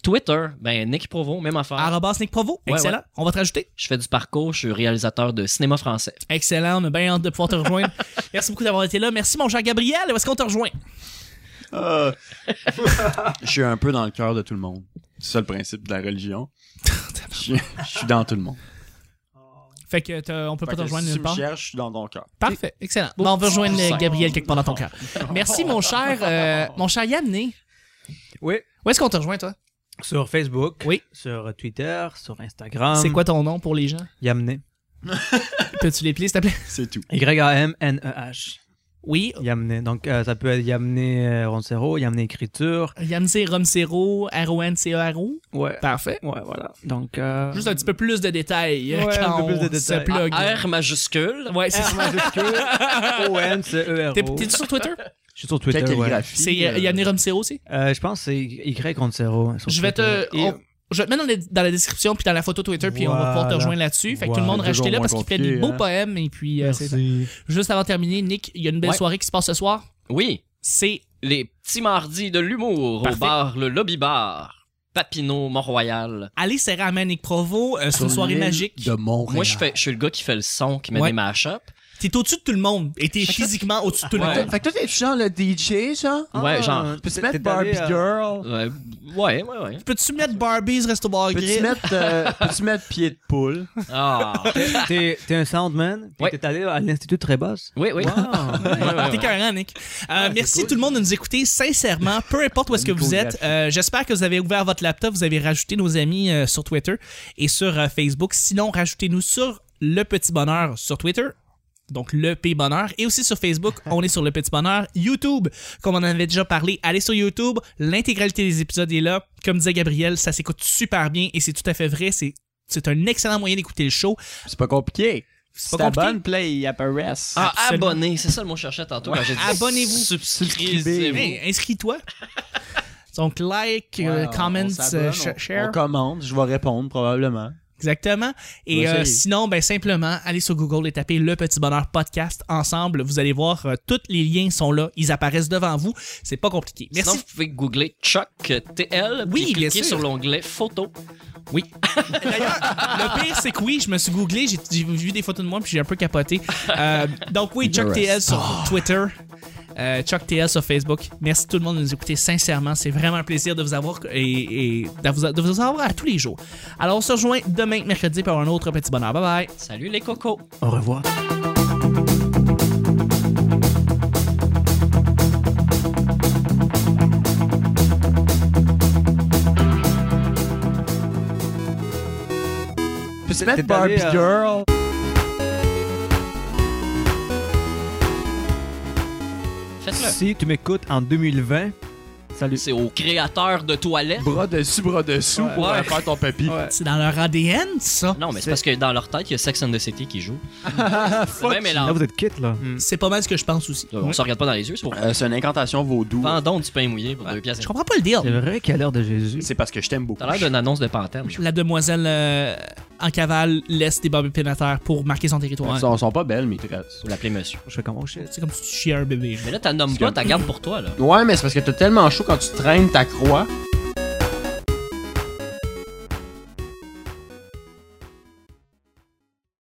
Twitter, ben Nick Provo, même
Ah.
affaire.
Arrobas Nick Provo.
Ouais,
Excellent. On va te rajouter.
Je fais du parcours, je suis réalisateur de cinéma français.
Excellent. On a bien hâte de pouvoir te rejoindre. Merci beaucoup d'avoir été là. Merci, mon cher Gabriel. Où est-ce qu'on te rejoint?
Oh, Euh, je suis un peu dans le cœur de tout le monde. C'est ça le principe de la religion. je, je suis dans tout le monde.
Fait que t'as- on peut pas
Fait
te
que
rejoindre
si
nulle
tu me
part.
cherches, je suis dans ton cœur.
Parfait, excellent. Bon, on va rejoindre euh, Gabriel quelque part dans ton cœur. Merci, mon cher, euh, mon cher Yanné.
Oui.
Où est-ce qu'on te rejoint, toi?
Sur Facebook,
Oui.
sur Twitter, sur Instagram.
C'est quoi ton nom pour les gens?
Yamné.
Peux-tu les plier, s'il te plaît?
C'est tout.
E Y-A-M-N-E-H.
Oui.
Yamné. Donc, euh, ça peut être Yamné euh, Roncero, Yamné Écriture.
Yamsé Romsero, R-O-N-C-E-R-O.
Ouais.
Parfait.
Ouais, voilà. Donc, euh,
E Juste un petit peu plus de détails euh,
Ouais, un
quand
peu plus de
on se
détails.
plug.
Ah, R majuscule.
Ouais, c'est ça.
O-N-C-E-R-O.
T'es- T'es-tu sur Twitter?
E Je suis sur Twitter. Ouais.
C'est euh, Yamné Romsero aussi?
Euh, je pense que c'est Y Roncero. sur
Je vais
Twitter.
te.
Et-
on- je vais te mettre dans, les- dans la description puis dans la photo Twitter, puis on va pouvoir te
Voilà.
rejoindre là-dessus. Fait que tout le
Voilà.
monde,
Toujours
rachetez-le
moins
parce qu'il fait des
compliqué,
beaux
hein.
poèmes. Et puis, euh, c'est-
Merci.
juste avant de terminer, Nick, il y a une belle
Ouais.
soirée qui se passe ce soir.
Oui,
C'est
les petits mardis de l'humour au
Parfait.
bar, le lobby bar. Papineau, Mont-Royal.
aller serrer à main Nick Provo. euh, c'est une soirée magique.
De Montréal.
Moi, je, fais, je suis le gars qui fait le son, qui met
Ouais.
des mash-up.
T'es au-dessus de tout le monde. Et t'es physiquement au-dessus de tout le
Ouais.
monde.
Fait que toi, t'es genre le DJ, ça?
Ah.
Ouais, genre,
tu
Peux-tu mettre Barbie Girl?
Ouais, ouais, ouais. ouais.
Peux-tu mettre Barbie's Resto Bar
Peux-tu
Grill?
mettre, euh, peux-tu mettre pied de poule?
Ah.
T'es t'es un soundman, puis
Ouais.
t'es allé à l'Institut Trébos.
Oui, oui. Ouais, ouais, ouais. Ah,
T'es carrément, Nick. Euh, merci tout le monde de nous écouter sincèrement, peu importe où est-ce que vous êtes. Euh, J'espère que vous avez ouvert votre laptop, vous avez rajouté nos amis euh, sur Twitter et sur euh, Facebook. Sinon, rajoutez-nous sur Le Petit Bonheur sur Twitter. Donc, le P Bonheur. Et aussi sur Facebook, on est sur le Petit Bonheur. YouTube, comme on en avait déjà parlé, allez sur YouTube. L'intégralité des épisodes est là. Comme disait Gabriel, ça s'écoute super bien et c'est tout à fait vrai. C'est c'est un excellent moyen d'écouter le show.
C'est pas compliqué.
C'est
Si
pas compliqué.
bonne play, ils apparaissent.
Ah,
Absolument.
abonnez, c'est ça le mot que je cherchais tantôt. quand j'ai dit
Abonnez-vous.
Subscrivez-vous.
Hey, inscris-toi. Donc, like, euh,
Ouais, on-
comment,
on s'abonne,
euh, sh-
on-
share.
On commente, je vais répondre probablement.
Exactement. Et
Ouais,
euh,
c'est-
sinon, ben simplement, allez sur Google et tapez Le Petit Bonheur Podcast ensemble. Vous allez voir, euh, tous les liens sont là. Ils apparaissent devant vous. C'est pas compliqué.
Sinon,
Merci.
vous pouvez googler Chuck euh, TL,
Oui,
puis
bien
cliquer
sûr.
sur l'onglet photo.
D'ailleurs, le pire, c'est que oui, je me suis googlé, j'ai j'ai vu des photos de moi, puis j'ai un peu capoté. Euh, donc oui, Chuck TL sur Twitter. euh, Chuck TL sur Facebook. Merci tout le monde de nous écouter sincèrement. C'est vraiment un plaisir de vous avoir et, et de, vous, de vous avoir à tous les jours. Alors on se rejoint demain, mercredi, pour un autre petit bonheur. Bye bye.
Salut les cocos.
Au revoir.
Peux-tu
t'es
mettre Barbie
allé, euh,
Girl?
Faites-le.
Si tu m'écoutes en 2020, salut.
C'est aux créateurs de toilettes.
Bras dessus, bras dessous pour
Ouais.
euh, faire ton papy.
Ouais.
C'est dans leur ADN, ça.
Non, mais c'est
C'est-
parce que dans leur tête, il y a Sex and the City qui joue. C'est le même
Là,
mélange.
vous êtes quitte, là.
Hmm.
C'est pas mal ce que je pense aussi.
On se regarde pas dans les yeux, c'est pour
Euh, c'est une incantation vaudou.
Vendons du pain mouillé pour deux pièces.
Je comprends pas le deal.
C'est vrai qu'à l'heure de Jésus.
C'est parce que je t'aime beaucoup.
T'as l'air d'une annonce de Pantene.
La demoiselle euh, en cavale laisse des barbes à terre pour marquer son territoire.
Elles sont, elles sont pas belles, mes tresses.
Faut l'appeler monsieur.
Je fais comme oh shit.
C'est comme si tu chiais un bébé.
Mais là, t'as nommes pas, t'as garde pour toi, là.
Ouais, mais c'est parce que t'as tellement chaud quand tu traînes ta croix